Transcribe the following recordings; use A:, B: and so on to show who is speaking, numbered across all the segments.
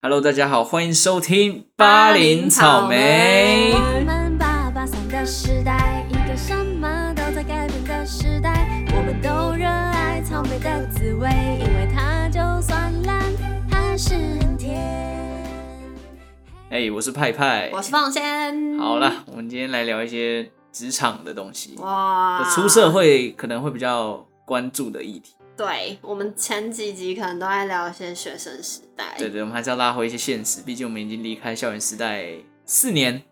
A: Hello，大家好，欢迎收听巴林草莓。
B: 我们八八三的时代，一个什么都在改变的时代。我们都热爱草莓的滋味，因为它就算烂，还是很甜。
A: 哎、我是派派。
B: 我是放仙。
A: 好，啦，我们今天来聊一些职场的东西，
B: 哇，
A: 出社会可能会比较关注的议题。
B: 对我们前几集可能都在聊一些学生时代，
A: 对对，我们还是要拉回一些现实，毕竟我们已经离开校园时代四年，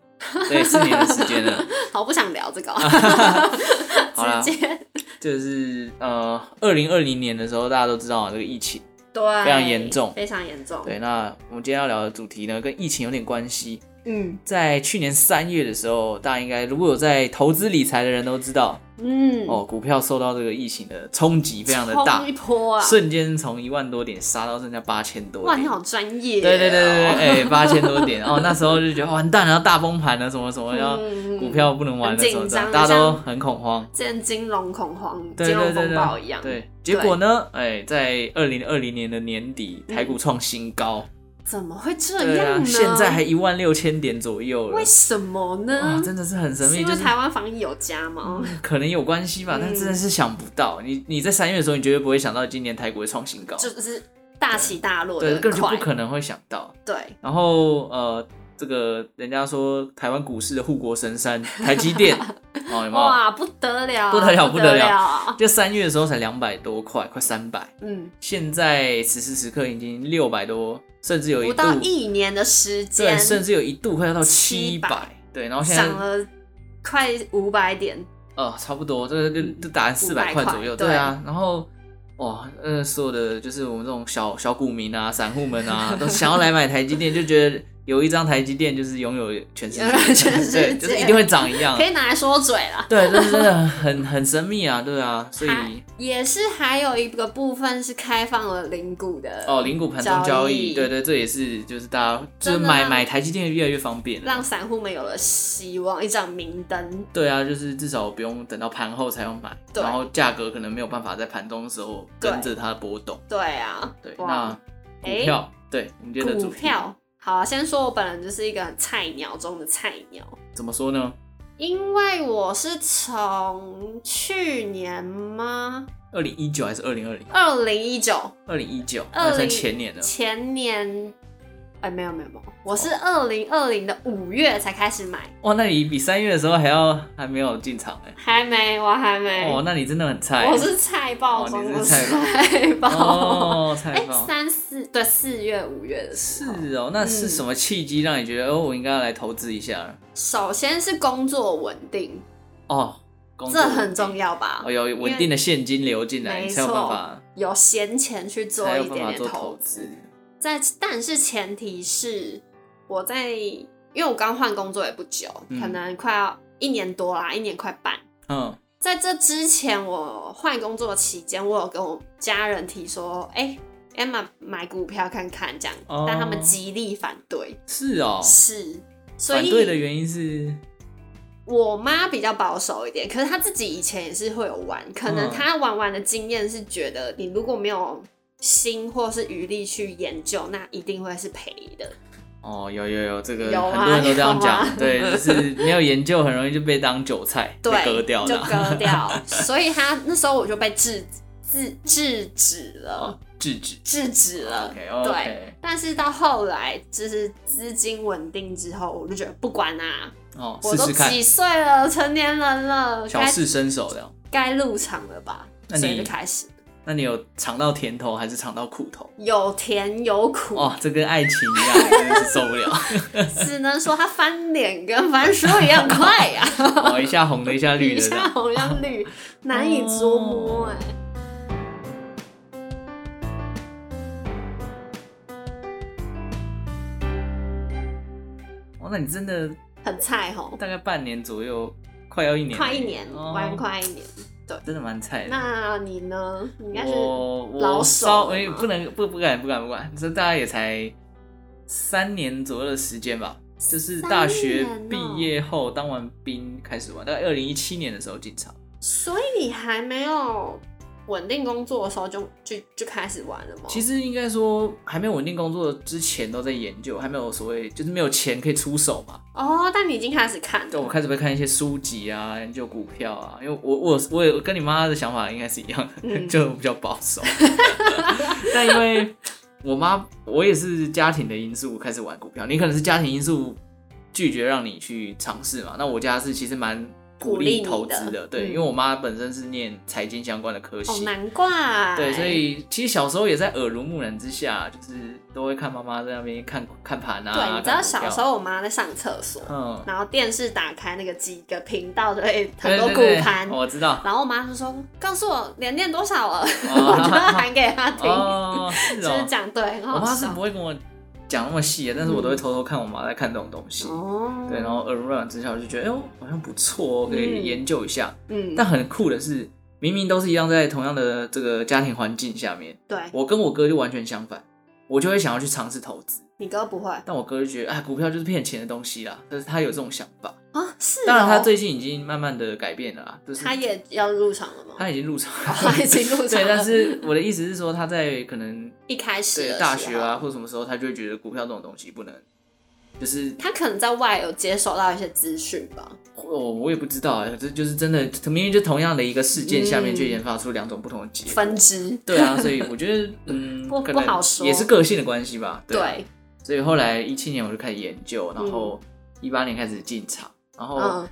A: 对，四年的时间 了。
B: 好不想聊这 个，
A: 好啦
B: 直接
A: 就是呃，二零二零年的时候，大家都知道啊这个疫情。
B: 对，
A: 非常严重
B: 非常严重，
A: 对，那我们今天要聊的主题呢，跟疫情有点关系。
B: 嗯
A: 在去年三月的时候，大家应该如果有在投资理财的人都知道，
B: 嗯，
A: 哦，股票受到这个疫情的冲击非常的大
B: 冲一，波啊！
A: 瞬间从一万多点杀到剩下八千多
B: 哇，
A: 点
B: 你。好专业哦，
A: 对对对对 对，哎，八千多点哦，那时候就觉得完蛋了，要大崩盘了，什么什么，要
B: 嗯
A: 股票不能玩了，
B: 很
A: 什么
B: 紧
A: 什么，
B: 张
A: 大家都
B: 像
A: 很恐慌。
B: 见金融恐慌、
A: 对
B: 金
A: 对
B: 融
A: 对
B: 风暴一
A: 对，
B: 样。
A: 对，结果呢？哎，在二零二零年的年底，台股创新高，
B: 嗯怎么会这
A: 对
B: 样
A: 啊，
B: 呢？
A: 现在还一万六千点左右了
B: 为，什么
A: 啊，
B: 呢？
A: 真的是很神
B: 是
A: 秘，
B: 因
A: 就
B: 为
A: 是嗯
B: 台湾防疫有加吗？
A: 可能有关系吧，但真的是想不到。你你在三月的时候，你绝对不会想到今年台股会创新高，
B: 就是大起大落
A: 对，
B: 的
A: 根本就
B: 快
A: 不，可能会想到。
B: 对，
A: 然后呃，这个人家说台湾股市的护国神山台积 电，哦，有没有？
B: 哇，不得了，
A: 不得了
B: 不
A: 不得
B: 了，
A: 就三月的时候才两百多块，快三百，
B: 嗯，
A: 现在此时此刻已经六百多，甚至有一
B: 不
A: 度
B: 到一年的时
A: 对，，
B: 间
A: 甚至有一度快要到七
B: 700
A: 百，对，然后现在
B: 涨了快五百点，
A: 呃，差不多，这个就就打四百块
B: 500
A: 左右，
B: 块
A: 对啊。然后哇，呃，所有的就是我们这种小小股民啊、散户们啊，都想要来买台积电，就觉得有一张台积电就是拥有全世
B: 拥有
A: 界，
B: 全世
A: 对，
B: 界
A: 就是一定会涨一样
B: 可。以拿来说嘴了。
A: 对，这是真的很很神秘啊，对啊，所以
B: 还也是还有一个部分是开放了零股的
A: 哦，零股盘中交
B: 交
A: 易，
B: 易
A: 对对，这也是就是大家就是
B: 真的
A: 买
B: 让
A: 买台积电越来越方便了
B: 让。散户们有了希望，一盏明灯。
A: 对啊，就是至少不用等到盘后才要买，
B: 对
A: 然后价格可能没有办法在盘中的时候跟
B: 对
A: 着它波动。
B: 对啊，
A: 对，那
B: 哇
A: 股票，对，我们今天的
B: 股
A: 主题
B: 票好、啊，先说我本人就是一个很菜鸟中的菜鸟，
A: 怎么说呢？
B: 因为我是从去年吗？
A: 二零一九还是二零二零？
B: 二零一九
A: 二零一九，那算前年了。
B: 前年，哎、没有没有没有，我是二零二零的五月才开始买，
A: 哇，那你比三月的时候还要还没有进场哎、
B: 还没，我还没，
A: 哦，那你真的很菜、
B: 我是菜
A: 哦
B: 爆中
A: 你
B: 的
A: 是
B: 菜爆。
A: 哦，菜
B: 哎，
A: 包。
B: 三四对四月五月的时候，
A: 是哦，那
B: 嗯
A: 是什么契机让你觉得、哦，我应该要来投资一下了？
B: 首先是工作稳定，
A: 哦，工
B: 这
A: 作
B: 很重要吧？
A: 哦，有稳定的现金流进来，
B: 没
A: 你才有办法
B: 错，，有闲钱去做
A: 才有
B: 一
A: 办
B: 点
A: 法
B: 点
A: 做
B: 投
A: 资
B: 资。。在，但是前提是我在，因为我刚换工作也不久，
A: 嗯
B: 可能快要一年多啦，一年快半。
A: 嗯，
B: 在这之前，我换工作期间，我有跟我家人提说，哎、e m m a 买股票看看这样，
A: 哦
B: 但他们极力反对，
A: 是哦，
B: 是，所
A: 反对的
B: 以
A: 原因是
B: 我妈比较保守一点，可是她自己以前也是会有玩，可能
A: 嗯
B: 她玩玩的经验是觉得，你如果没有心或是余力去研究，那一定会是赔的。
A: 哦，有有有，这个
B: 有啊
A: 很多人都这样
B: 有
A: 讲，
B: 啊
A: 对，就是 没有研究，很容易就被当韭菜，
B: 对，
A: 被割掉
B: 就
A: 的。
B: 割掉。所以他那时候我就被制制制止
A: 哦
B: 了，
A: 制止。
B: 制止
A: 哦
B: 了。
A: OK
B: 呃对
A: OK，
B: 但是到后来，就是资金稳定之后，我就觉得不管啦、
A: 哦，
B: 我
A: 试
B: 都
A: 试看，
B: 几岁了，成年人了，
A: 小
B: 该
A: 试身手的。
B: 该入场了吧？
A: 那你
B: 所以就开始
A: 那你有尝到甜头还是尝到苦头？
B: 有甜有苦，
A: 哦，这跟爱情一样，真的是受不了。
B: 只能说他翻脸跟翻书一样快呀、
A: 哦，一下红的，一下 绿
B: 一
A: 的这哦
B: 下
A: 样。
B: 红一下绿，难以捉摸哎、
A: 哦，那你真的
B: 很菜吼，
A: 大概半年左右，快要一年了，
B: 快一年，
A: 哦
B: 玩快一年。
A: 真的蛮菜的。
B: 那你呢？你应该是
A: 我我
B: 老
A: 稍
B: 手了
A: 微
B: 吗
A: 不能不不敢不敢不敢，这大概也才三年左右的时间吧，就是大学
B: 三
A: 毕
B: 年哦
A: 业后当完兵开始玩，大概二零一七年的时候进场。
B: 所以你还没有，稳定工作的时候就就就开始玩了吗？
A: 其实应该说，还没有稳定工作之前都在研究，还没有所谓就是没有钱可以出手嘛。
B: 哦，但你已经开始看
A: 对，我
B: 了，
A: 开始会看一些书籍啊，研究股票啊，因为我我我也跟你妈的想法应该是一样的，
B: 嗯
A: 就比较保守。 但因为我妈，我也是家庭的因素开始玩股票，你可能是家庭因素拒绝让你去尝试嘛。那我家是其实蛮鼓励投
B: 鼓励
A: 资
B: 你
A: 的，
B: 的
A: 对，
B: 嗯
A: 因为我妈本身是念财经相关的科
B: 哦，
A: 系，
B: 难怪。
A: 对，所以其实小时候也在耳濡目染之下，就是都会看妈妈在那边看看盘啊。
B: 对，你知
A: 看
B: 道
A: 股
B: 小
A: 票
B: 时，候我妈在上厕所，
A: 嗯，
B: 然后电视打开那个几个频道就会很
A: 对
B: 多
A: 对
B: 股
A: 对哦
B: 盘，
A: 我知道。
B: 然后我妈就说：“告诉我连电多少了。”
A: 哦
B: 我就要喊给她 听，
A: 哦，是
B: 就是
A: 哦，
B: 讲对，很
A: 我
B: 好
A: 妈是
B: 笑
A: 不。会跟我讲那么细的，但是我都会偷偷看我妈在看这种东西。
B: 哦
A: 对，然后耳濡目染之下，我就觉得，哎呦，好像不错哦，可以
B: 嗯
A: 研究一下。
B: 嗯，
A: 但很酷的是，明明都是一样在同样的这个家庭环境下面，
B: 对，
A: 我跟我哥就完全相反，我就会想要去尝试投资，
B: 你哥不会
A: 但我哥就觉得，哎，股票就是骗钱的东西啦，但是他有这种想法。
B: 啊？是哦，
A: 当然，他最近已经慢慢的改变了啦，就是
B: 他也要入场了吗？
A: 他已经入场了，
B: 他已经入场 了
A: 对，但是我的意思是说，他在可能
B: 一开始的
A: 对
B: 时
A: 大学
B: 候
A: 啊，或什么时候，他就会觉得股票这种东西不能，就是
B: 他可能在外有接收到一些资讯吧。
A: 我、我也不知道哎，这就是真的，明明就同样的一个事件，
B: 嗯
A: 下面却研发出两种不同的结果。
B: 分支，
A: 对啊，所以我觉得，嗯，
B: 不
A: 可
B: 不
A: 能
B: 好说
A: 也是个性的关系吧。对啊，
B: 对，
A: 所以后来一七年我就开始研究，然后一八年开始进场，然后
B: 嗯，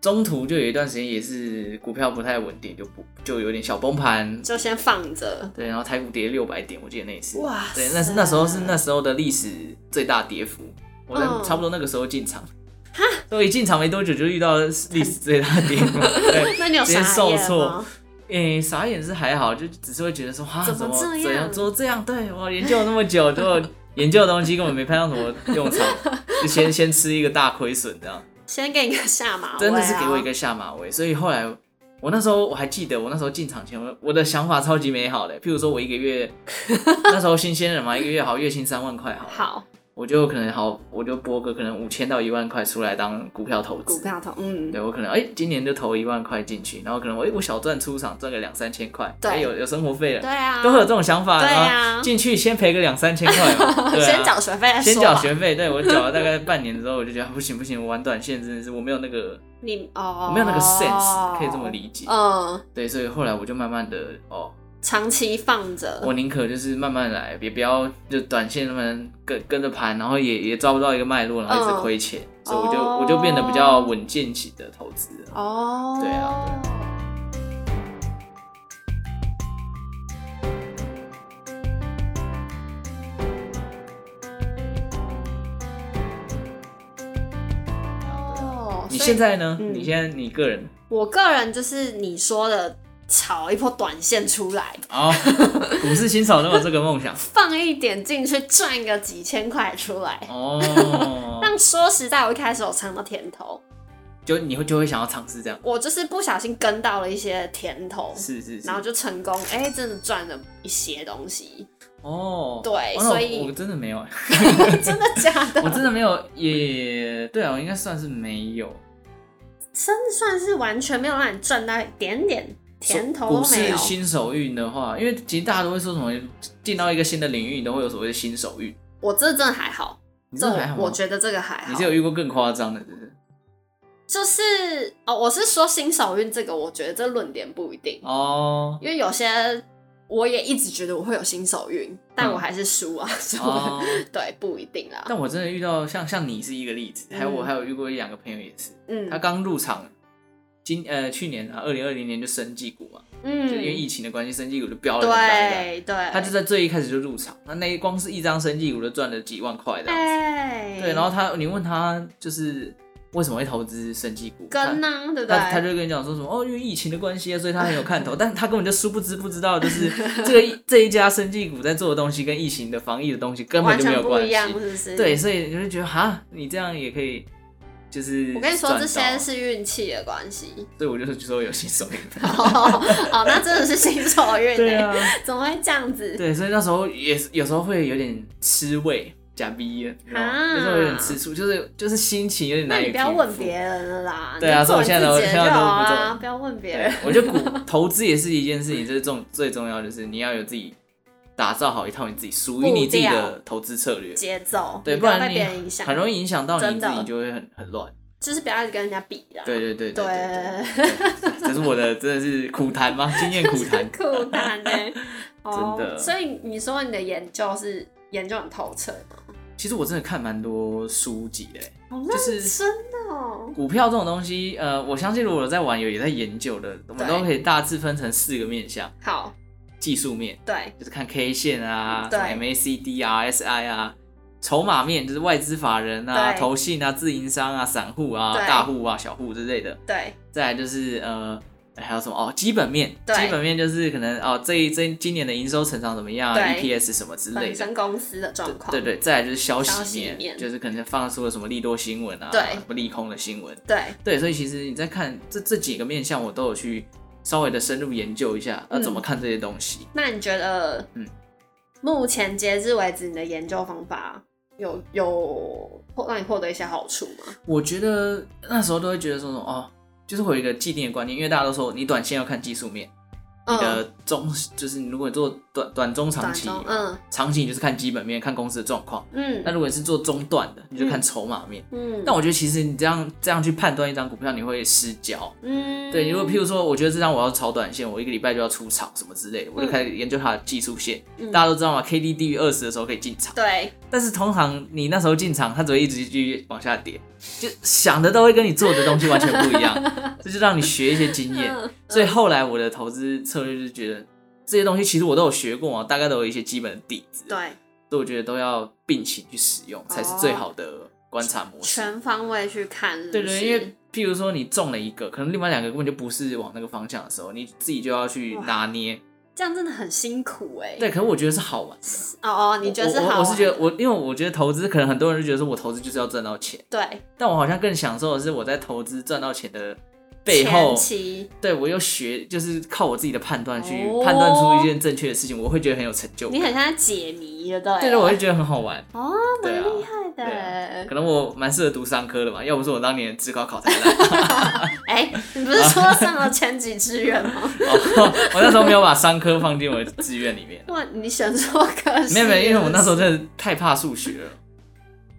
A: 中途就有一段时间也是股票不太稳定，就不就有点小崩盘，
B: 就先放着。
A: 对，然后台股跌六百点，我记得那一次。
B: 哇
A: 对，那是
B: 塞
A: 那时候是那时候的历史最大跌幅，我在
B: 嗯
A: 差不多那个时候进场，所以一进场没多久就遇到历史最大跌幅，对，
B: 那你有
A: 直接
B: 傻
A: 受
B: 眼
A: 挫
B: 吗？。
A: 诶、傻眼是还好，就只是会觉得说，哈，
B: 怎
A: 怎
B: 么这样
A: 怎样做这样？对我研究了那么久，结果研究的东西根本没派上什么用 场，就先先吃一个大亏损这样。
B: 先给你个下马威啊，
A: 真的是给我一个下马威。所以后来我那时候我还记得，我那时候进场前，我我的想法超级美好的。譬如说，我一个 月那时候新鲜人嘛，一个月好月薪三万块好了，
B: 好
A: 我就可能好，我就拨个可能五千到一万块出来当股票投
B: 股
A: 资。
B: 票投，嗯，
A: 对我可能哎、今年就投一万块进去，然后可能我哎、我小赚出场赚个两三千块，
B: 对
A: 哎有有生活费了，
B: 对啊，
A: 都会有这种想法
B: 对啊
A: 然后进去先赔个两三千块 嘛，对啊
B: 先缴学费再说吧
A: 先缴，学费，对我缴了大概半年之后，我就觉得啊不行不行，我玩短线真的是我没有那个
B: 你哦
A: 我，没有那个 sense，可以这么理解。
B: 嗯，
A: 对，所以后来我就慢慢的，哦，
B: 长期放着，
A: 我宁可就是慢慢来，也不要就短线那么跟跟着盘，然后也也抓不到一个脉络，然后一直亏钱，所以我就我就变得比较稳健型的投资人。
B: 嗯哦，
A: 对啊。
B: 哦，
A: 你
B: 所以
A: 现在呢？
B: 嗯
A: 你现在你个人
B: 我个人就是你说的炒一波短线出来，
A: 哦，股市新手都有这个梦想
B: 放一点进去赚个几千块出来。
A: 哦，
B: 但说实在，我一开始有尝到甜头，
A: 就你会就会想要尝试这样，
B: 我就是不小心跟到了一些甜头，
A: 是是是
B: 然，后就成功，哎、真的赚了一些东西，
A: 哦，
B: 对
A: 哦那
B: 所以
A: 我我真的没有，
B: 真的假的？
A: 我真的没有，也对啊，我应该算是没有。
B: 真的算是完全没有让你赚到一点点甜头
A: 股
B: 都哦没
A: 市
B: 有。
A: 新手运的话，因为其实大家都会说什么，进到一个新的领域，你都会有所谓的新手运。
B: 我这真的还好，
A: 你
B: 这
A: 这还好吗
B: 我我觉得这个还好。
A: 你是有遇过更夸张的，是不是？
B: 就是哦，我是说新手运这个，我觉得这论点不一定，
A: 哦
B: 因为有些我也一直觉得我会有新手运，但我还是输啊，所以我、
A: 嗯哦，
B: 对不一定啦。
A: 但我真的遇到像像你是一个例子，还有我还有遇过一两个朋友也是，
B: 嗯
A: 他刚入场，今呃去年啊，二零二零年就生技股嘛，就因为
B: 嗯，
A: 疫情的关系，生技股就飙了很大一段。
B: 对对，
A: 他就在最一开始就入场，那那一光是一张生技股就赚了几万块这样子。
B: 哎、
A: 对，然后他你问他就是为什么会投资生技股，他
B: 跟呢、对不对？
A: 他他就跟你讲说什么哦，因为疫情的关系啊，所以他很有看头，但他根本就殊不知不知道，就是这 个一这一家生技股在做的东西跟疫情的防疫的东西根本
B: 完
A: 就没
B: 全
A: 有
B: 不
A: 关
B: 一
A: 系。
B: 样，是不是？
A: 对，。所以你就觉得哈，你这样也可以，就是
B: 我跟你说，
A: 赚
B: 这
A: 到啊
B: 些，是运气的关系。
A: 对我就是说有新手运。
B: 哦， 哦那真的是新手运
A: 对
B: 呢、
A: 啊，
B: 怎么会这样子？
A: 对，所以那时候也是有时候会有点吃味，假逼眼，你知道
B: 啊
A: 吗？有时候有点吃醋，就是就是心情有点
B: 那
A: 难以
B: 你不要
A: 平
B: 问
A: 复
B: 别人了啦，
A: 对啊
B: 你就
A: 所以我现在都
B: 做你自己的
A: 现在
B: 就
A: 都
B: 好
A: 不
B: 啊，
A: 做
B: 不要问别
A: 对
B: 人。，
A: 我觉得股投资也是一件事情，就是重最重要就是你要有自己打造好一套你自己属于你自己
B: 步
A: 的投资策略，
B: 节奏，
A: 对，
B: 你
A: 不
B: 要
A: 然
B: 被
A: 你
B: 别人影响，
A: 很容易影响到你
B: 真的
A: 自己，就会很很乱。
B: 就是不要一直跟人家比啦。
A: 对对对对，
B: 对。
A: 对这是我的真的是苦谈吗？经验苦谈
B: 酷蛋呢、哦
A: 真的
B: 所以你说你的研究是研究很透彻吗？
A: 其实我真的看蛮多书籍的欸，
B: 好认
A: 就是
B: 真的哦。
A: 股票这种东西，呃，我相信如果有在玩有也在研究的，我们
B: 对
A: 都可以大致分成四个面向：
B: 好，
A: 技术面
B: 对，
A: 就是看 K 线啊，
B: 对
A: 什么 MACD 啊、SI 啊；筹码面就是外资法人啊、
B: 对
A: 投信啊、自营商啊、散户啊、
B: 对
A: 大户啊、小户之类的。
B: 对，
A: 再来就是呃。还有什么哦？基本面，
B: 对
A: 基本面就是可能哦，这一这今年的营收成长怎么样啊
B: 对
A: ，EPS 什么之类
B: 本
A: 的，
B: 身公司的状况，
A: 对对，再来就是消
B: 消
A: 息
B: 息
A: 面，
B: 面
A: 就是可能放出了什么利多新闻啊，
B: 对
A: 什么利空的新闻，
B: 对
A: 对，所以其实你在看这这几个面向，我都有去稍微的深入研究一下，要、
B: 嗯
A: 怎么看这些东西。
B: 那你觉得，
A: 嗯
B: 目前截至为止，你的研究方法有有获让你获得一些好处吗？
A: 我觉得那时候都会觉得说什么哦，就是会有一个既定的观念，因为大家都说你短线要看技术面，你
B: 嗯，
A: 的中就是你如果做短短中长
B: 短
A: 期，
B: 中，嗯
A: 长期你就是看基本面，看公司的状况。那
B: 嗯
A: 如果你是做中段的，你就看
B: 嗯
A: 筹码面。
B: 嗯，
A: 但我觉得其实你这样这样去判断一张股票，你会失焦。
B: 嗯，
A: 对，如果譬如说，我觉得这张我要炒短线，我一个礼拜就要出场什么之类的，我就开始研究它的技术线。
B: 嗯
A: 大家都知道嘛，K D 低于二十的时候可以进场，
B: 对
A: 但是通常你那时候进场，它只会一直继续往下跌，就想的都会跟你做的东西完全不一样， 这就让你学一些经验。
B: 嗯
A: 所以后来我的投资策略就是觉得这些东西其实我都有学过嘛，大概都有一些基本的底子，
B: 对，
A: 所以我觉得都要并行去使用，才是最好的观察模式。
B: 哦全方位去看是不
A: 对
B: 是，
A: 对，因为譬如说你中了一个，可能另外两个根本就不是往那个方向的时候，你自己就要去拿捏。
B: 这样真的很辛苦哎、
A: 对，可是我觉得是好玩的。
B: 哦哦，你觉得是
A: 我
B: 好玩
A: 我我是觉得我，因为我觉得投资可能很多人就觉得说我投资就是要赚到钱，
B: 对
A: 但我好像更享受的是我在投资赚到钱的背后
B: 前，期
A: 对我又学就是靠我自己的判断去
B: 哦
A: 判断出一件正确的事情，我会觉得很有成就
B: 你
A: 感。
B: 很像在解谜了，对，
A: 对对，我会觉得很好玩。
B: 哦，
A: 对
B: 蛮
A: 啊
B: 厉害的
A: 对啊
B: 欸
A: 可。能我蛮适合读商科的吧，要不是我当年职高考太烂，
B: 哎、你不是说上了前几志 愿吗？
A: 哦我那时候没有把商科放进我的志愿里 面。
B: 哇，你选错科系了，
A: 没有没有，因为我那时候
B: 是
A: 真的太怕数学了，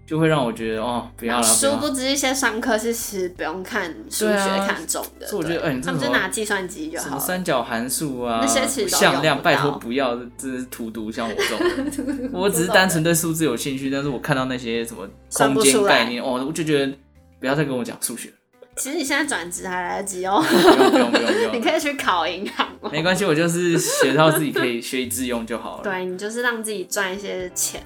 A: 就会让我觉得哦，不要了，不
B: 殊
A: 要
B: 不
A: 啦。
B: 知一些商科是其实不用看数
A: 对
B: 学
A: 啊
B: 看重的，
A: 所以我觉得
B: 对
A: 哎你
B: 他
A: 这
B: 们就
A: 什么
B: 拿计算机就
A: 什
B: 好
A: 么
B: 了。
A: 三角函数啊，
B: 那些其实都
A: 向
B: 用
A: 量，
B: 不
A: 拜托
B: 到
A: 不要，这是荼毒像我这种人。 我只是单纯对数字有兴趣，但是我看到那些什么
B: 算
A: 空
B: 不
A: 间
B: 出来
A: 概 念，哦，我就觉得不要再跟我讲数学了，
B: 其实你现在转职还来得及哦，
A: 不用不用不用不
B: 你
A: 用，
B: 可以去考银行 哦。
A: 没关系，我就是学到自己可以学以致用就好了。
B: 对你就是让自己赚一些钱。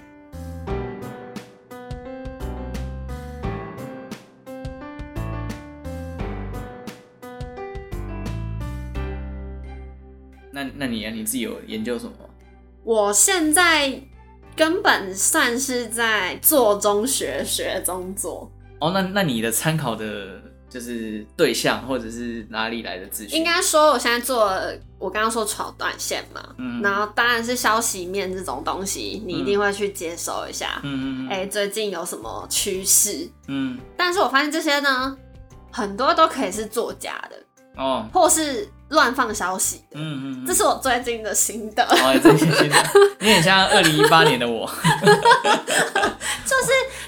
A: 那那你啊，你自己有研究什么吗？
B: 我现在根本算是在做中学，学中做，
A: 哦，那那你的参考的就是对象或者是哪里来的资讯？
B: 应该说我现在做了，我刚刚说炒短线嘛，
A: 嗯
B: 然后当然是消息面这种东西，你一定会去接收一下，
A: 嗯嗯嗯
B: 哎、最近有什么趋势？
A: 嗯
B: 但是我发现这些呢，很多都可以是作假的，
A: 哦，
B: 或是乱放消息的，
A: 嗯嗯，嗯
B: 这是我最近的心得。
A: 哦，真心心 的，你很像二零一八年的我，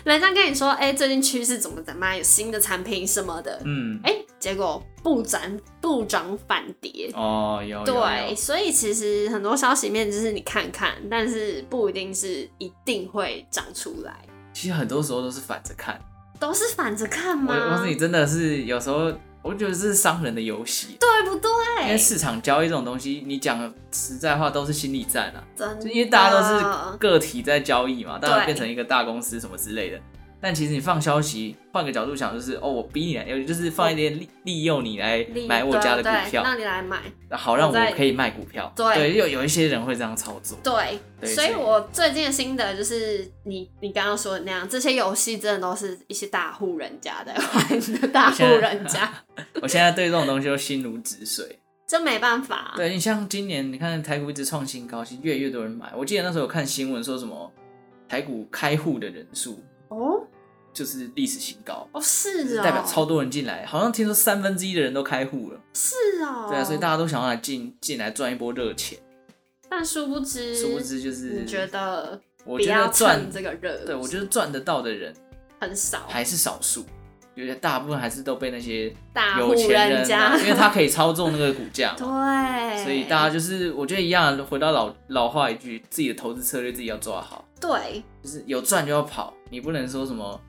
B: 人家跟你说，哎、最近趋势怎么怎么样，有新的产品什么的，
A: 嗯，
B: 哎、结果不涨不涨反跌。
A: 哦，有，有
B: 对，
A: 有
B: 所以其实很多消息面就是你看看，但是不一定是一定会长出来，
A: 其实很多时候都是反着看，
B: 都是反着看
A: 我我
B: 吗
A: 自？己真的是有时候，我觉得这是商人的游戏，
B: 对不对？
A: 因为市场交易这种东西，你讲实在话都是心理战啊，
B: 真
A: 就
B: 的，
A: 因为大家都是个体在交易嘛，当然
B: 对
A: 变成一个大公司什么之类的。但其实你放消息，换个角度想，就是哦，我逼你来，有就是放一点利利诱你来
B: 利
A: 买我家的
B: 对
A: 股票，
B: 让你来买。
A: 好让
B: 我在
A: 我可以卖股票。
B: 对
A: 有有一些人会这样操作。
B: 对，
A: 对
B: 所以
A: 所以
B: 我最近的心得就是你你刚刚说的那样，这些游戏真的都是一些大户人家在玩的，大户
A: 现在
B: 人家，
A: 我现在对这种东西都心如止水。
B: 这没办法。
A: 对你像今年，你看台股一直创新高，其实越来越多人买。我记得那时候有看新闻说什么。台台股开户的人数
B: 哦
A: 就是历史新高，
B: 哦
A: 就是是
B: 哦，
A: 代表超多人进来，好像听说三分之一的人都开户了，
B: 是哦，
A: 对啊，所以大家都想要来进进来赚一波热钱，
B: 但殊不知，
A: 殊不知就是
B: 你觉得
A: 我
B: 不
A: 觉
B: 要
A: 得赚
B: 趁这个热，
A: 对我觉得赚得到的人
B: 很少，
A: 还是少数，有些大部分还是都被那些
B: 大户
A: 有钱
B: 人
A: 人、
B: 家
A: 啊，，因为他可以操纵那个股价嘛，
B: 对，
A: 所以大家就是我觉得一样，回到老老话一句，自己的投资策略自己要抓好，
B: 对
A: 就是有赚就要跑，你不能说什么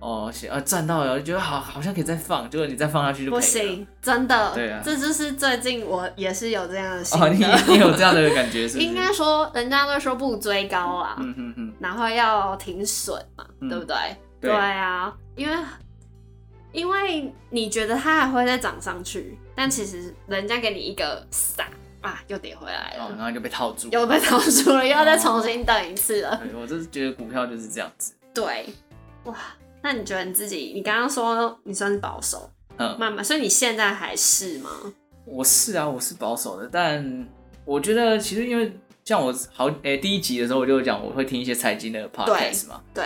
A: 哦，想啊赚到了就觉得好好像可以再放，结果你再放下去就
B: 不
A: 赔了。
B: 行，真的，
A: 对啊
B: 这就是最近我也是有这样的心
A: 哦，你
B: 得，
A: 你有这样的感觉是不是？
B: 应该说人家都说不追高啊，
A: 嗯哼哼，
B: 然后要停损嘛，
A: 嗯
B: 对不对？
A: 对
B: 啊，因为因为你觉得它还会再涨上去，但其实人家给你一个撒啊，又跌回来
A: 哦，然
B: 了，
A: 后就被套住。
B: 又被投出了，又要再重新等一次了。
A: 对，我就是觉得股票就是这样子。
B: 对，哇，那你觉得你自己，你刚刚说你算是保守，
A: 嗯，
B: 慢慢，所以你现在还是吗？
A: 我是啊，我是保守的，但我觉得其实因为像我好诶、第一集的时候我就讲我会听一些财经的 podcast 嘛。
B: 对，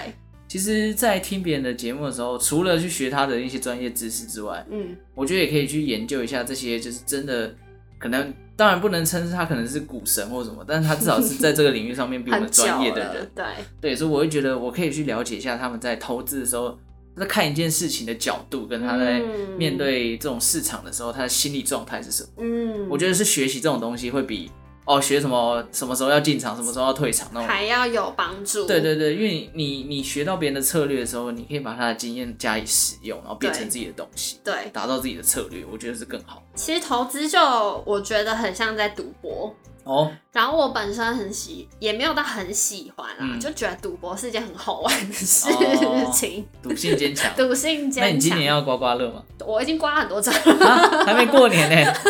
A: 其实，在听别人的节目的时候，除了去学他的一些专业知识之外，
B: 嗯，
A: 我觉得也可以去研究一下这些，就是真的可能，当然不能称之他可能是股神或什么，但是他至少是在这个领域上面比我
B: 很
A: 们
B: 久
A: 专业的
B: 了
A: 人，。
B: 对，
A: 对，所以我会觉得我可以去了解一下他们在投资的时候，在看一件事情的角度，跟他在
B: 嗯
A: 面对这种市场的时候，他的心理状态是什么。
B: 嗯，
A: 我觉得是学习这种东西会比哦学什么什么时候要进场，什么时候要退场那种。
B: 还要有帮助，
A: 对对对，因为你你你学到别人的策略的时候，你可以把他的经验加以使用，然后变成
B: 对
A: 自己的东西，
B: 对，
A: 打造自己的策略，我觉得是更好。
B: 其实投资就我觉得很像在赌博，
A: 哦，
B: 然后我本身很喜，也没有到很喜欢啦，
A: 嗯
B: 就觉得赌博是一件很好玩的事情，
A: 赌性坚 强。
B: 赌、性
A: 哦那
B: 坚
A: 你今
B: 强
A: 年。要刮刮乐吗？
B: 我已经刮很多张，
A: 啊，还没过年呢、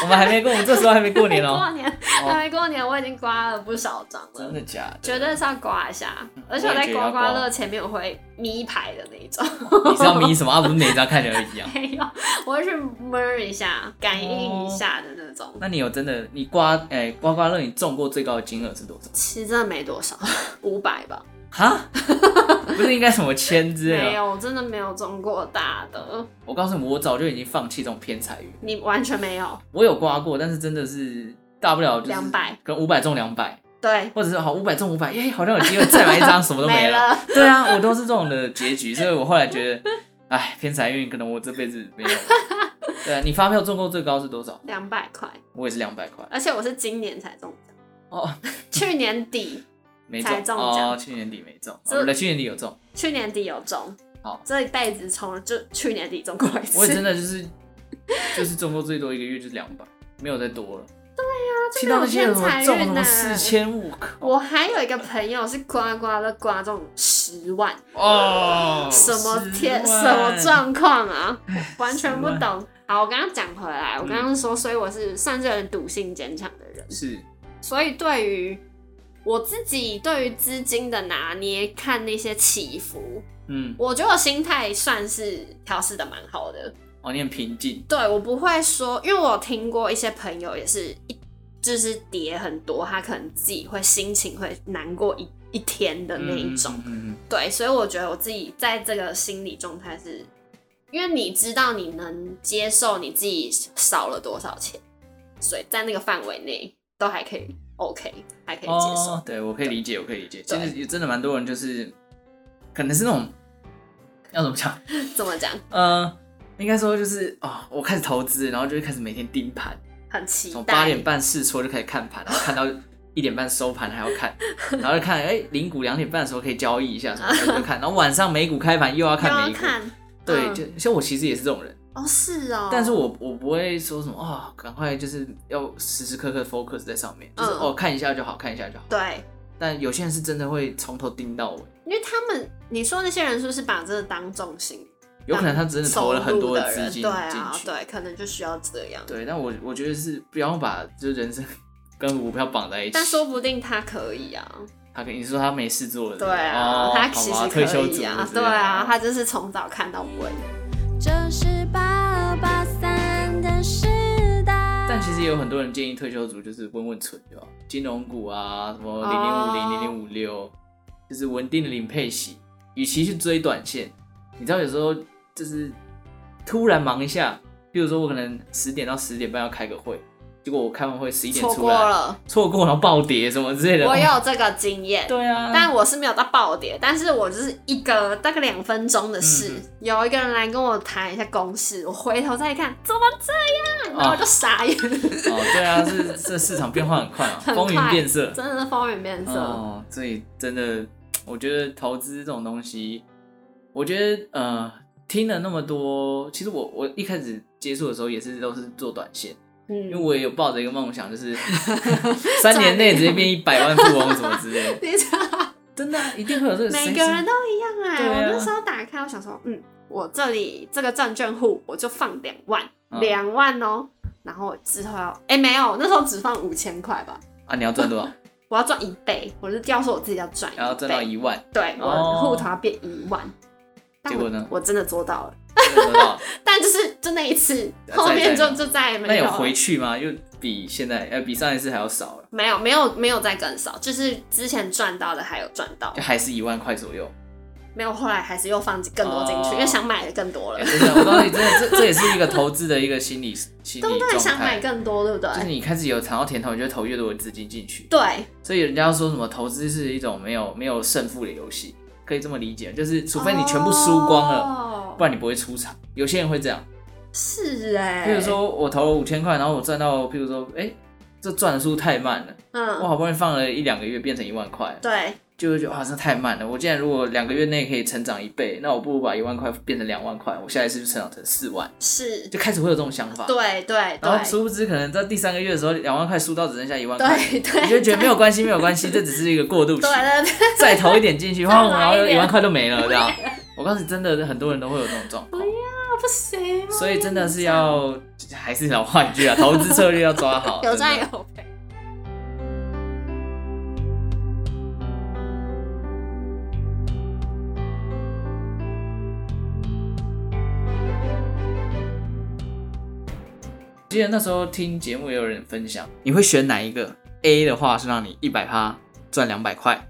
A: 我们还没过，我们这时候还没过年
B: 过
A: 哦、
B: 年
A: 哦
B: 还没过年，我已经刮了不少张
A: 真
B: 了。
A: 的嗯假的？
B: 绝对是要刮一下，而且我
A: 我也
B: 在
A: 觉得
B: 刮
A: 要刮
B: 刮乐前面我会咪牌的那一种，
A: 你知道迷什么？啊，不是每一张看起来都一样。
B: 没有，我会去摸一下，感应一下的那种。
A: 那你有真的你刮哎、刮刮乐你中过最高的金额是多少？
B: 其实真的没多少，五百吧，
A: 哈？不是应啊该什么千之类
B: 没
A: 的？
B: 有，我真的没有中过大的。
A: 我告诉你，我早就已经放弃这种偏财运。
B: 你完全没有，
A: 我有刮过，但是真的是大不了就是
B: 200
A: 跟五百中两百，
B: 对，
A: 或者是好五百中五百，耶，好像有机会再买一 张，什么都没了。
B: 了。
A: 对啊，我都是这种的结局，所以我后来觉得，哎，偏财运可能我这辈子没有 了。对啊，你发票中过最高是多少？
B: 两百块，
A: 我也是两百块
B: 而且我是今年才中奖，
A: 哦，
B: 去年底，
A: 没
B: 才
A: 中
B: 中奖
A: 哦，去年底没中，
B: 这
A: 哦不对，去年底有中。
B: 去年底有中，
A: 好
B: 这一辈子从就去年底中过一次。
A: 我也真的就是就是中过最多一个月就是两百，没有再多了。对
B: 这
A: 呀、啊，
B: 没有
A: 那些人什么中什么
B: 偏财运啊
A: 四千五，靠
B: 我还有一个朋友是刮刮乐刮中十万，
A: 哦，
B: 什么天
A: 10万
B: 什么？状 况啊，完全不
A: 10
B: 懂。好，我刚刚讲回
A: 嗯
B: 来，我刚刚说，所以我是算是有点赌性坚强的人，
A: 是
B: 所以对于我自己对于资金的拿捏，看那些起伏，
A: 嗯，
B: 我觉得我心态算是调试的蛮好的。
A: 哦，你很平静，
B: 对我不会说，因为我有听过一些朋友也是一就是跌很多，他可能自己会心情会难过一一天的那一种。
A: 嗯嗯嗯
B: 对，所以我觉得我自己在这个心理状态是，因为你知道你能接受你自己少了多少钱，所以在那个范围内都还可以 OK，还可以
A: 嗯
B: 接受。
A: 哦，对我可以理解，我可以理解。
B: 对
A: 真的也真的蛮多人就是，可能是那种要怎么讲？
B: 怎么讲？
A: 呃，应该说就是哦，我开始投资，然后就会开始每天盯盘。
B: 很期
A: 从八
B: 待
A: 点。半试搓就开始看盘，然后看到一点半收盘还要看，然后就看哎，零股两点半的时候可以交易一下什么的就看，然后晚上美股开盘又要
B: 又
A: 看
B: 要
A: 美股，
B: 看
A: 对，
B: 嗯
A: 就像我其实也是这种人，
B: 哦，是哦，
A: 但是我我不会说什么啊，赶快就是要时时刻刻 focus 在上面，就是
B: 嗯
A: 哦看一下就好，看一下就好。
B: 对，
A: 但有些人是真的会从头盯到尾，
B: 因为他们你说那些人是不是把这个当重心？
A: 有可能他真的投了很多
B: 的
A: 资
B: 人
A: 金
B: 对
A: 进
B: 啊，
A: 去，
B: 对，可能就需要这样。
A: 对，但我我觉得是不要把就是人生 跟股票绑在一起。
B: 但说不定他可以啊，
A: 他跟你说他没事做了，
B: 对啊，
A: 哦、
B: 他其
A: 好
B: 实
A: 吧退
B: 可
A: 休
B: 以
A: 族
B: 啊，
A: 之类
B: 对
A: 的哦
B: 啊，他就是从早看到尾。
C: 这是八八三的时代。
A: 但其实也有很多人建议退休族就是稳稳存就好，金融股啊，什么
B: 哦
A: 零零五零、零零五六，就是稳定的领配息，与其去追短线，你知道有时候就是突然忙一下，比如说我可能十点到十点半要开个会，结果我开完会十一点
B: 错
A: 出
B: 过
A: 来，
B: 了，
A: 错过然后暴跌什么之类的，哦
B: 我有这个经验。
A: 对啊，
B: 但我是没有到暴跌，但是我就是一个大概两分钟的事，
A: 嗯
B: 有一个人来跟我谈一下公事，我回头再看，怎么这样？然后我就傻眼，
A: 哦，对啊，是这市场变化很快啊，
B: 很快
A: 风云变色。
B: 真的是风云变色。
A: 哦，所以真的，我觉得投资这种东西，我觉得呃，听了那么多，其实我我一开始接触的时候也是都是做短线，因为
B: 嗯，
A: 我也有抱着一个梦想，就是 三年内直接变一百万富翁什么之类的。
B: 你知道
A: 真的啊、一定会有这个谁
B: 每
A: 知。
B: 个人都一样哎、
A: 对啊
B: 我那时候打开，我想说，嗯，我这里这个证券户我就放两万，
A: 嗯
B: 两、万哦、然后我之后要，哎、没有，那时候只放五千块吧。
A: 啊，你要赚多少？
B: 我要赚一倍，我是要说我自己要赚一倍，
A: 然后赚到一万，
B: 对，我
A: 哦
B: 的户头要变一万。但我
A: 结果呢
B: 我真的做到了，
A: 赚得到。
B: 但就是就那一次，
A: 再
B: 后面
A: 再
B: 就就再也
A: 那
B: 没
A: 有
B: 啊了
A: 回去吗？又比现在呃比上一次还要少了，
B: 没有没有没有再更少，就是之前赚到的还有赚 到
A: 就，还是一万块左右。
B: 没有后来还是又放更多进
A: 哦
B: 去，因为想买的更多 了
A: 哎，真的，我告诉你，真的，这这也是一个投资的一个心理心理
B: 但
A: 状
B: 想买
A: 态。
B: 更多，对不
A: 就是
B: 对？
A: 你开始有尝到甜头，你就投越多的资金进去。
B: 对，
A: 所以人家说什么投资是一种没有没有胜负的游戏，可以这么理解，就是除非你全部输光了，
B: 了
A: 不然你不会出场。有些人会这样，
B: 哦是哎，
A: 譬如，说我投了五千块，然后我赚到，譬如说，哎、这赚的速度太慢了，我
B: 嗯，
A: 好不容易放了一两个月变成一万块，
B: 对，
A: 就会觉得哇，这太慢了。我竟然如果两个月内可以成长一倍，那我不如把一万块变成两万块，我下一次就成长成四万，
B: 是，
A: 就开始会有这种想法。
B: 对对
A: 然后
B: 对
A: 殊不知，可能在第三个月的时候，两万块输到只剩下一万块，
B: 对
A: 你就
B: 对，
A: 觉得没有关系，没有关系，这只是一个过渡期
B: 对，对对，
A: 再投一点进去，然后然
B: 再来一
A: 后
B: 点啊
A: 一万块都没了这样。我告诉你，真的很多人都会有这种状况，
B: 不行啊，
A: 所以真的是要还是老话一句啊，投资策略要抓好。
B: 有
A: 真的
B: 赚有赔。
A: 记得那时候听节目也有人分享，你会选哪一个？A 的话是让你一百趴赚两百块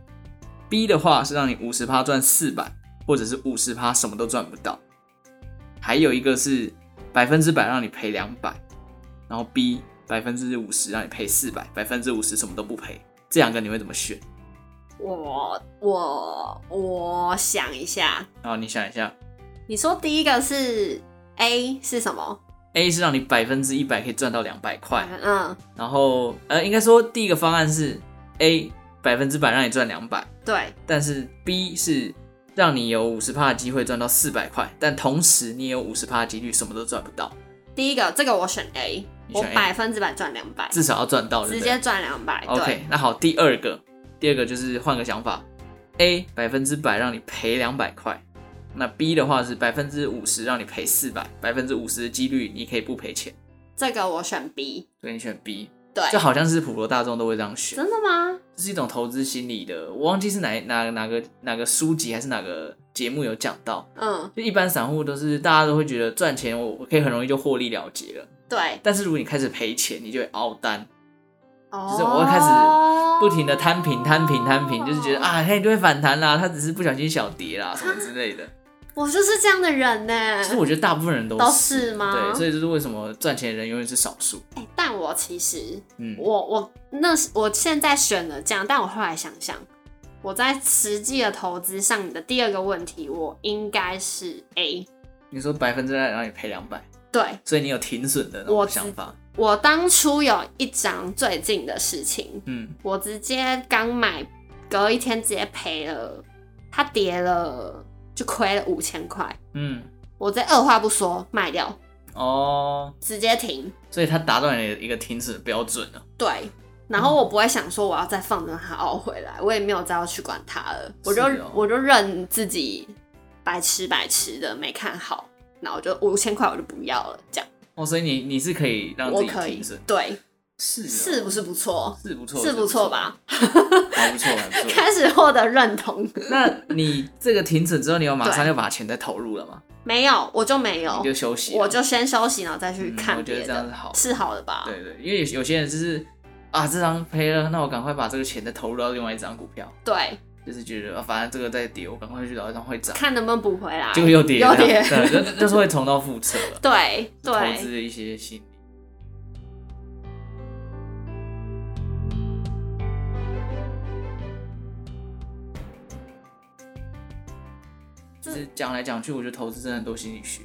A: ，B 的话是让你五十趴赚四百，或者是五十趴什么都赚不到。还有一个是百分之百让你赔两百，然后 B 百分之五十让你赔四百，百分之五十什么都不赔。这两个你会怎么选？
B: 我我我想一下，
A: 然后你想一下
B: 你说第一个是 A 是什么？
A: ，A 是让你百分之一百可以赚到两百块，
B: 嗯，
A: 然后呃，应该说第一个方案是 A 百分之百让你赚两百。
B: 对，
A: 但是 B 是让你有五十趴的机会赚到四百块，但同时你也有五十趴的几率什么都赚不到，
B: 第一个这个我选 A，
A: 你
B: 我
A: 选 A
B: 百分之百赚两百，
A: 至少要赚到，对
B: 直
A: 不
B: 接
A: 对
B: 赚两百。对，
A: ？OK，那好，第二个，第二个就是换个想法，A 百分之百让你赔两百块，那 B 的话是百分之五十让你赔四百，百分之五十的几率你可以不赔钱，
B: 这个我选 B。
A: 所以你选 B，
B: 对，
A: 就好像是普罗大众都会这样选，
B: 真的吗？
A: 这是一种投资心理的，我忘记是哪哪哪个哪个书籍还是哪个节目有讲到。
B: 嗯，
A: 就一般散户都是大家都会觉得赚钱，我我可以很容易就获利了结了。
B: 对，
A: 但是如果你开始赔钱，你就会凹单，
B: 哦
A: 就是我会开始不停的摊平、摊平、摊平，就是
B: 哦
A: 觉得，啊，它一定会反弹啦，它只是不小心小跌啦什么之类 的。
B: 我就是这样的人呢。
A: 其实我觉得大部分人都
B: 都
A: 是
B: 是吗
A: 对，所以就是为什么赚钱的人永远是少数。
B: 哎但我其实
A: 嗯，
B: 我我那时我现在选了这样，但我后来想想，我在实际的投资上，你的第二个问题，我应该是 A。
A: 你说百分之百让你赔两百，
B: 对
A: 所以你有停损的那
B: 我
A: 种
B: 知
A: 想法。
B: 我当初有一张最近的事情，
A: 嗯，
B: 我直接刚买，隔一天直接赔了，它跌了就亏了五千块，
A: 嗯，
B: 我再二话不说卖掉，
A: 哦，
B: 直接停。
A: 所以它达到你的一个停损标准了。
B: 对，然后我不会想说我要再放着它熬回来，我也没有再要去管它了，我就是
A: 哦
B: 我就认自己白痴白痴的没看好，那我就五千块我就不要了，这样
A: 哦，所以你你是可以让自
B: 我
A: 己
B: 可以
A: 停损，，
B: 对，
A: 是哦
B: 是不是不错？
A: 是不错，
B: 是不错吧？
A: 还哦不错，还不错。
B: 开始获得认同，
A: 那你这个停止之后，你有马上
B: 对
A: 就把钱再投入了吗？
B: 没有我就没有
A: 你，就休息了，
B: 我就先休息，然后再去
A: 嗯
B: 看
A: 我觉得
B: 别
A: 这
B: 的，
A: 样是好的
B: 是好的吧？
A: 对对，因为有有些人就是啊，这张赔了，那我赶快把这个钱再投入到另外一张股票，
B: 对
A: 就是觉得、啊、反正这个在跌，我赶快去找一张会涨，
B: 看能不能补回来。
A: 结果又跌，
B: 又跌
A: 这 样对，就就是会重蹈覆辙了。
B: 对
A: 投资
B: 对，
A: 的一些心理。就是讲来讲去，我觉得投资真的很多心理学，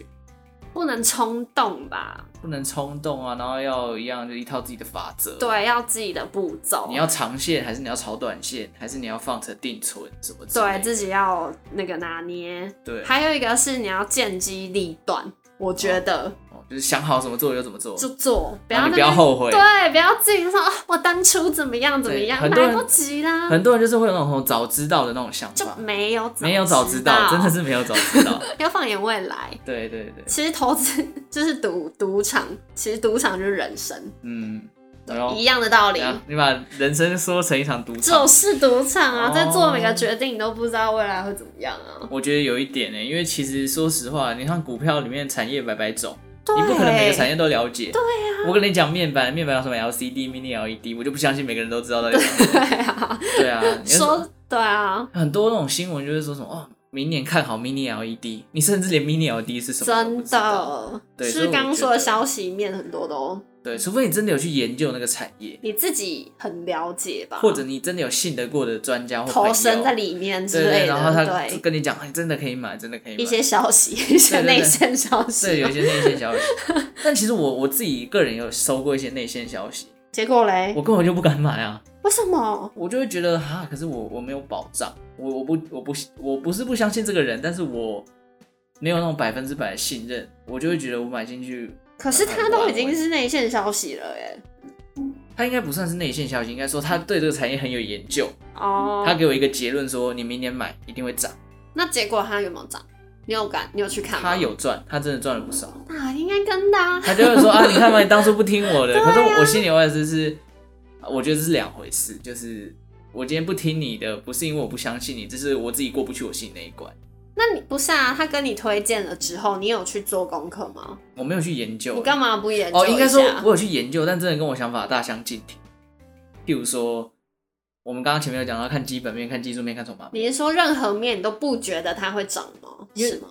B: 不能冲动吧？
A: 不能冲动啊，然后要一样就一套自己的法则。，
B: 对，要自己的步骤。
A: 你要长线还是你要炒短线，还是你要放成定存什么之类
B: 对
A: 的？
B: 自己要那个拿捏。
A: 对，
B: 还有一个是你要见机立断，我觉得、
A: 哦就是想好怎么做就怎么做，
B: 就做，不
A: 然后
B: 要
A: 你
B: 那
A: 不要
B: 边
A: 后悔。
B: 对，啊不要自己说啊，我当初怎么样怎么
A: 对
B: 样，
A: 很多人
B: 来不及啦，
A: 很多人就是会有那种早知道的那种想
B: 就
A: 法，
B: 没有
A: 没有早知道，真的是没有早知道。
B: 要放眼未来。
A: 对对对，
B: 其实投资就是赌赌场，其实赌场就是人生
A: 嗯，然后
B: 一样的道理
A: 怎，样你把人生说成一场赌场
B: 就，是赌场啊，
A: 哦
B: 在做每个决定，你都不知道未来会怎么样啊。
A: 我觉得有一点呢、因为其实说实话，你看股票里面产业百百种，
B: 对，啊
A: 你不可能每个产业都了解。对呀、我跟你讲面板，面板有什么 LCD、Mini LED，我就不相信每个人都知道到底有什么。
B: 对啊，
A: 对啊，你就
B: 说对啊，
A: 很多那种新闻就是说什么哦，明年看好 Mini LED，你甚至连 Mini LED 是什么都不
B: 真
A: 知道。
B: 的，
A: 对所以
B: 是
A: 我
B: 刚刚说的
A: 觉得
B: 消息面很多都
A: 对，除非你真的有去研究那个产业，
B: 你自己很了解吧，
A: 或者你真的有信得过的专家或朋友
B: 哦投身在里面之
A: 对对，
B: 类
A: 然后
B: 的，
A: 他
B: 对。
A: 跟你讲，哎真的可以买，真的可以买
B: 一些消息，一些
A: 对对
B: 内线消息，
A: 对，有一些内线消息。 但其实我我自己个人有收过一些内线消息，
B: 结果嘞，
A: 我根本就不敢买啊，
B: 为什么？
A: 我就会觉得哈，可是我我没有保障，我我不我不我不是不相信这个人，但是我没有那种百分之百的信任，我就会觉得我买进去，
B: 可是他都已经是内线消息了耶。
A: 他应该不算是内线消息，应该说他对这个产业很有研究，
B: 哦，
A: 嗯他给我一个结论说你明年买一定会涨，
B: 那结果他有没有涨？你有敢？你有去看吗？
A: 他，有赚，他真的赚了不少。
B: 那应该跟的啊。
A: 他就会说啊，你看嘛，你当初不听我的。可是我心里外思是，我觉得这是两回事，就是我今天不听你的，不是因为我不相信你，这是我自己过不去我心里那一关。
B: 那你不是啊？他跟你推荐了之后，你有去做功课吗？
A: 我没有去研究，
B: 你干嘛不研究
A: 哦，应该
B: 一
A: 说
B: 下
A: 我有去研究，但真的跟我想法大相径庭。譬如说，我们刚刚前面有讲到看基本面、看技术面、看筹码面，
B: 你是说任何面你都不觉得它会涨吗？
A: 因为
B: 是吗？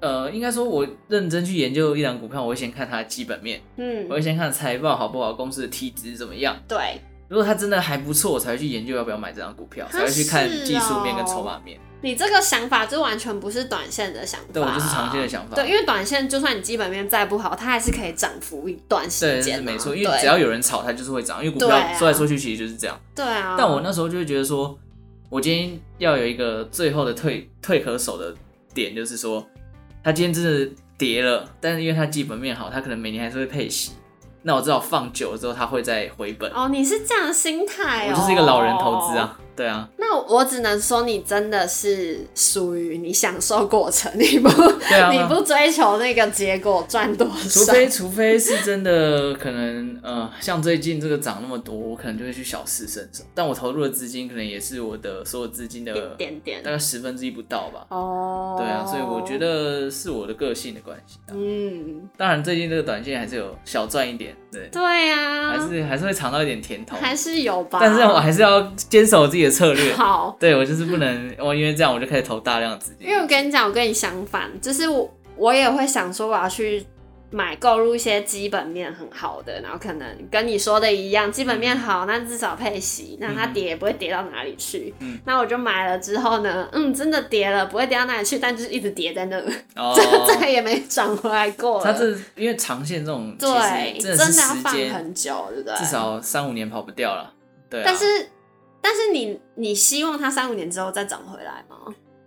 A: 呃，应该说我认真去研究一档股票，我会先看它的基本面，我
B: 嗯，
A: 会先看财报好不好，公司的体质怎么样。
B: 对，
A: 如果它真的还不错，我才会去研究要不要买这张股
B: 啊
A: 票，才会去看技术面跟
B: 哦
A: 筹码面。
B: 你这个想法就完全不是短线的想法啊。
A: 对我就是长线的想法
B: 对，因为短线就算你基本面再不好，它还是可以涨幅一段时
A: 对，
B: 间
A: 是
B: 啊、
A: 没错，因为
B: 对
A: 只要有人炒，它就是会涨。因为股
B: 对
A: 票
B: 啊
A: 说来说去其实就是这样。
B: 对啊。
A: 但我那时候就会觉得说，我今天要有一个最后的退退可守的点，就是说，它今天真的跌了，但是因为它基本面好，它可能每年还是会配息。那我知道放久了之后，它会再回本。
B: 哦，你是这样的心态、
A: 我
B: 哦，
A: 就是一个老人投资。啊，对啊，
B: 那我只能说，你真的是属于你享受过程，你不、
A: 对啊。
B: 你不追求那个结果赚多
A: 除
B: 少。
A: 非除非是真的，可能呃，像最近这个涨那么多，我可能就会去小试身手。但我投入的资金可能也是我的所有资金的
B: 一点点
A: 大概十分之一不到吧。
B: 哦，
A: 对啊，所以我觉，得是我的个性的关系啊、
B: 嗯，
A: 当然，最近这个短线还是有小赚一点，对，
B: 对啊，
A: 还是还是会尝到一点甜头。
B: 还是有吧。
A: 但是我还是要坚守自己的策略。
B: 好，
A: 对我就是不能，我因为这样我就开始投大量的资金
B: 因。为我跟你讲，我跟你相反，就是我我也会想说我要去买购入一些基本面很好的，然后可能跟你说的一样，基本面好，那至少配息，那它
A: 嗯
B: 跌也不会跌到哪里去。
A: 嗯
B: 那我就买了之后呢，嗯，真的跌了，不会跌到哪里去，但就是一直跌在那，
A: 哦，
B: 再也没涨回来过了。
A: 它这因为长线这种
B: 对
A: 其实真的是
B: 要
A: 时
B: 放
A: 间
B: 很久，对不对？
A: 至少三五年跑不掉了。对、啊，
B: 但是但是你你希望它三五年之后再涨回来吗？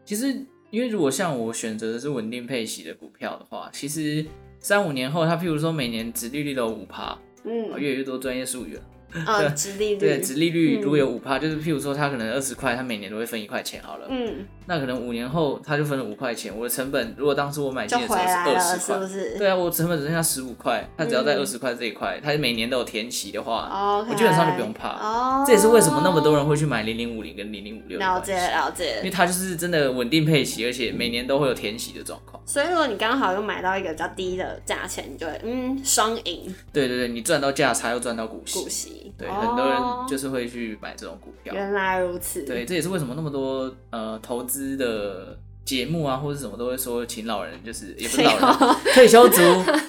A: 其实因为如果像我选择的是稳定配息的股票的话，其实三五年后，它譬如说每年殖利率都有五趴，
B: 嗯
A: 哦，越来越多专业术语了。
B: 呃，
A: 对
B: 直利率，嗯
A: 对，殖利率如果有五趴，就是譬如说它可能二十块，它每年都会分一块钱好了。
B: 嗯，
A: 那可能五年后它就分了五块钱，我的成本如果当初我买
B: 就
A: 进的时
B: 回
A: 候是
B: 来
A: 二
B: 了，
A: 十
B: 是
A: 块
B: 不，是？
A: 对啊，我成本只剩下十五块，它只要在
B: 嗯
A: 二十块这一块，它每年都有填息的话，
B: 哦，
A: 我基本上就不用怕
B: 哦，
A: 这也是为什么那么多人会去买零零五零跟零零五六。
B: 了解了解
A: 因为。它就是真的稳定配息，而且每年都会有填息的状况。
B: 所以如果你刚好又买到一个比较低的价钱，你就会嗯双赢
A: 对对对，你赚到价差又赚到股息。
B: 股息。
A: 对，
B: 哦
A: 很多人就是会去买这种股票。
B: 原来如此。
A: 对，这也是为什么那么多呃投资的节目啊，或者什么都会说请老人，就是也不是老人，退休族、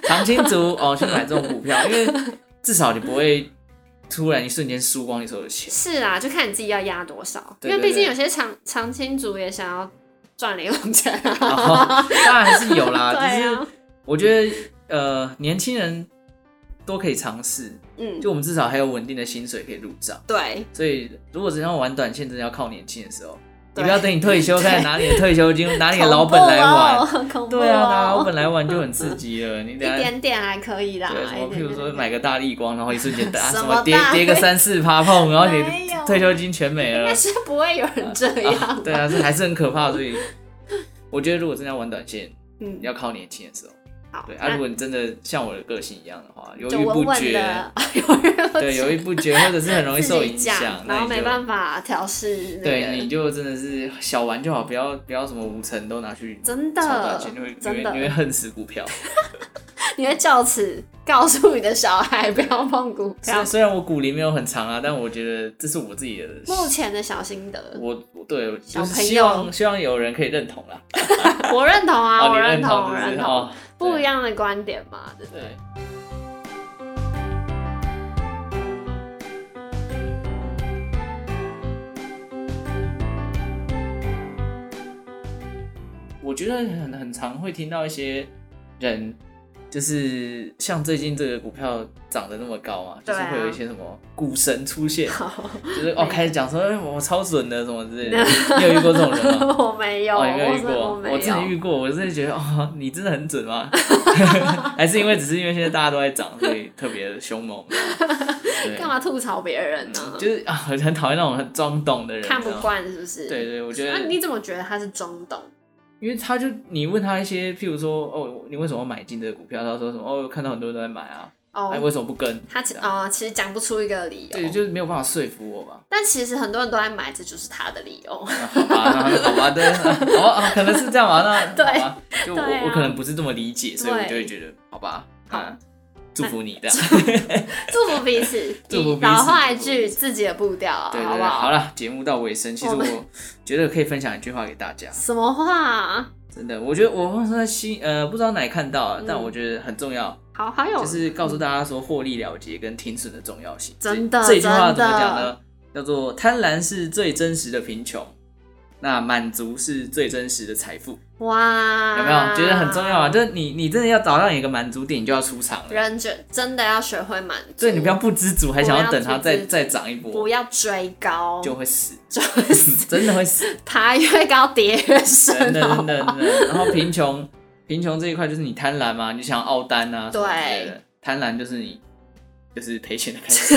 A: 长青族哦去买这种股票，因为至少你不会突然一瞬间输光你所有的钱。
B: 是啊，就看你自己要压多少，
A: 对
B: 因为
A: 对
B: 毕竟
A: 对
B: 有些长长青族也想要赚零用 钱
A: 然
B: 啊。
A: 后当然还是有啦，就
B: 对
A: 是
B: 啊，
A: 我觉得呃年轻人都可以尝试，
B: 嗯，
A: 就我们至少还有稳定的薪水可以入账。
B: 对，
A: 所以如果真要玩短线，真的要靠年轻的时候，你
B: 对
A: 不要等你退休再拿你 的退休金、拿你的
B: 恐
A: 老本
B: 怖
A: 来玩。
B: 哦，恐怖
A: 对啊，拿
B: 哦
A: 老本来玩就很刺激了。你
B: 一
A: 等下
B: 点点还可以啦，
A: 对啊什么，
B: 一
A: 譬
B: 点
A: 如
B: 点
A: 说买个大力光，然后一瞬间打
B: 什
A: 什
B: 么
A: 么跌
B: 大力
A: 跌个三四趴碰，然后你
B: 没有
A: 的退休金全没
B: 应
A: 了
B: 该。是不会有人 这
A: 啊
B: 样。
A: 对啊，这还是很可怕。所以我觉得如果真的要玩短线，
B: 嗯，
A: 要靠年轻的时候。
B: 好，
A: 对啊，
B: 那
A: 如果你真的像我的个性一样的话，犹
B: 就
A: 豫
B: 稳
A: 不
B: 稳
A: 决，
B: 的， 有人
A: 对，犹豫不决，或者是很容易受影响，
B: 然
A: 那
B: 后
A: 你
B: 没
A: 就。
B: 办法调试那
A: 对，你
B: 个，
A: 就真的是小玩就好，不要不要什么五成都拿去
B: 真
A: 炒短
B: 的
A: 线，你会你
B: 真
A: 会
B: 的
A: 你，会恨死股 票。
B: 你会就此告诉你的小孩 不要碰股
A: 虽
B: 票
A: 然。虽然我股龄没有很长啊，但我觉得这是我自己的，
B: 目前的小心得，
A: 我我对，我
B: 小
A: 就是
B: 朋友
A: 希望希望有人可以认同啦。
B: 我认同啊，
A: 哦，
B: 我
A: 你
B: 认
A: 同
B: 我
A: 是不
B: 认
A: 是
B: 同，
A: 哦，
B: 不
A: 对
B: 一。样的观点嘛，对不对？
A: 对，我觉得很很常会听到一些人，就是像最近这个股票涨得那么高嘛，就
B: 对啊
A: 是会有一些什么股神出现，
B: 好，
A: 就是哦开始讲说哎我超准的什么之类 的，你有遇过这种人吗？
B: 我没有，
A: 哦，你没有
B: 我
A: 遇
B: 是
A: 过，
B: 我没
A: 真的
B: 有，
A: 遇过，我真的觉得哦， 你真的很准 吗？还是因为只是因为现在大家都在涨，所以特别的凶猛？ 对，
B: 干嘛吐槽别人呢？
A: 就是啊，很很讨厌那种很装懂的人，
B: 看不
A: 你知道吗。
B: 惯是不是？
A: 对对，我觉
B: 那
A: 得，
B: 你怎么觉得他是中等？
A: 因为他就你问他一些，譬如说哦，你为什么要买进这个股票？他说什么哦，看到很多人都在买啊，哎，
B: 哦，
A: 为什么不跟？
B: 他其
A: 这样
B: 啊、其实讲不出一个理由。
A: 对，就是没有办法说服我吧。
B: 但其实很多人都在买，这就是他的 理由。
A: 啊好吧，那好吧，对，好吧，啊 可能是这样吧。那
B: 对
A: 好吧，就我
B: 对啊
A: 我可能不是这么理解，所以我
B: 对
A: 就会觉得好吧，
B: 好
A: 嗯，祝福你这 样。
B: 祝福彼此，
A: 祝福彼此
B: 老话一
A: 祝福
B: 句，
A: 彼此
B: 自己的步调啊，
A: 对
B: 好
A: 对
B: 不
A: 对，
B: 好？
A: 好了，节目到尾声，其实
B: 我们
A: 我觉得可以分享一句话给大 家，
B: 什么话？
A: 真的，我觉得我那时候在新呃不知道哪里看到啊
B: 嗯，
A: 但我觉得很重要，
B: 好，还有
A: 就是告诉大家说获利了结跟停损的重要性。
B: 真的
A: 这这一句话怎么
B: 真的
A: 讲呢？叫做贪婪是最真实的贫穷，那满足是最真实的财富，
B: 哇，
A: 有没有？觉得很重要啊！就是你你真的要找到你一个满足点，你就要出场了。
B: 人觉真的要学会满足，
A: 所以你不要不知足，还想
B: 不要
A: 要等它
B: 不知
A: 再
B: 足
A: 再涨一波
B: 不，要追高，
A: 就会死，
B: 就会 死
A: 真的会死。
B: 爬越高跌越
A: 等
B: 深，哦
A: 等
B: 好
A: 等
B: 不好
A: 等等，然后贫穷，贫穷这一块就是你贪婪嘛，你想要凹单啊，什么之类的，贪婪就是你就是赔钱的开 始。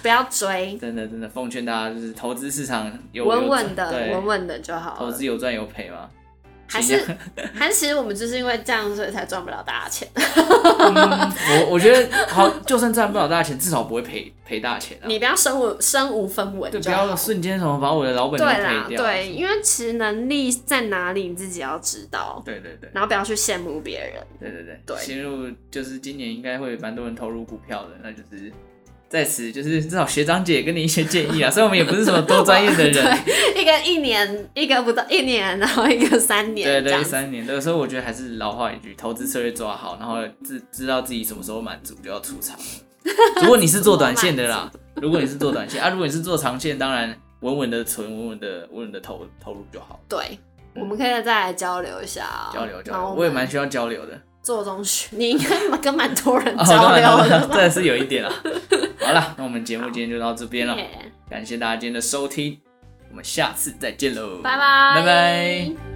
B: 不要追，
A: 真的真的，奉劝大家就是投资市场有
B: 稳稳
A: 有
B: 的，
A: 对
B: 稳稳的就好
A: 投
B: 了。
A: 资有赚有赔嘛。
B: 还
A: 尽
B: 是
A: 量
B: 还是其实我们就是因为这样，所以才赚不了大钱。
A: 嗯我我觉得好，就算赚不了大钱，至少不会赔赔大钱啊。
B: 你不要身无身无分文
A: 对，
B: 就
A: 不
B: 好
A: 要瞬间什么把我的老本都
B: 对
A: 赔
B: 啦，
A: 掉。
B: 对，因为其实能力在哪里，你自己要知道，
A: 对对对
B: 然后不要去羡慕别人。
A: 对对对
B: 对
A: 新入就是今年应该会蛮多人投入股票的，那就是在此就是至少学长姐给你一些建议啊，虽然我们也不是什么多专业的人，
B: 对，一个一年，一个不到一年，然后一个三年，
A: 对
B: 这
A: 对，
B: 样
A: 一
B: 子
A: 三年，对，所以我觉得还是老话一句，投资策略抓好，然后知知道自己什么时候满足就要出 场。如果你是做短线的啦，如果你是做短线啊，如果你是做长线，当然稳稳的存，稳稳的稳稳的投投入就好。
B: 对。我们可以再来交流一下啊、
A: 交流交
B: 然后
A: 流，
B: 我
A: 我也
B: 们
A: 蛮需要交 流的，
B: 做中学，你应该跟蛮多人
A: 哦
B: 交
A: 当然
B: 流
A: 当
B: 的
A: 然
B: 吧。
A: 真的是有一点啦。啊好啦，那我们节目今天就到这 边了，
B: 耶
A: 感谢大家今天的收听，我们下次再见喽，
B: 拜拜，
A: 拜拜。。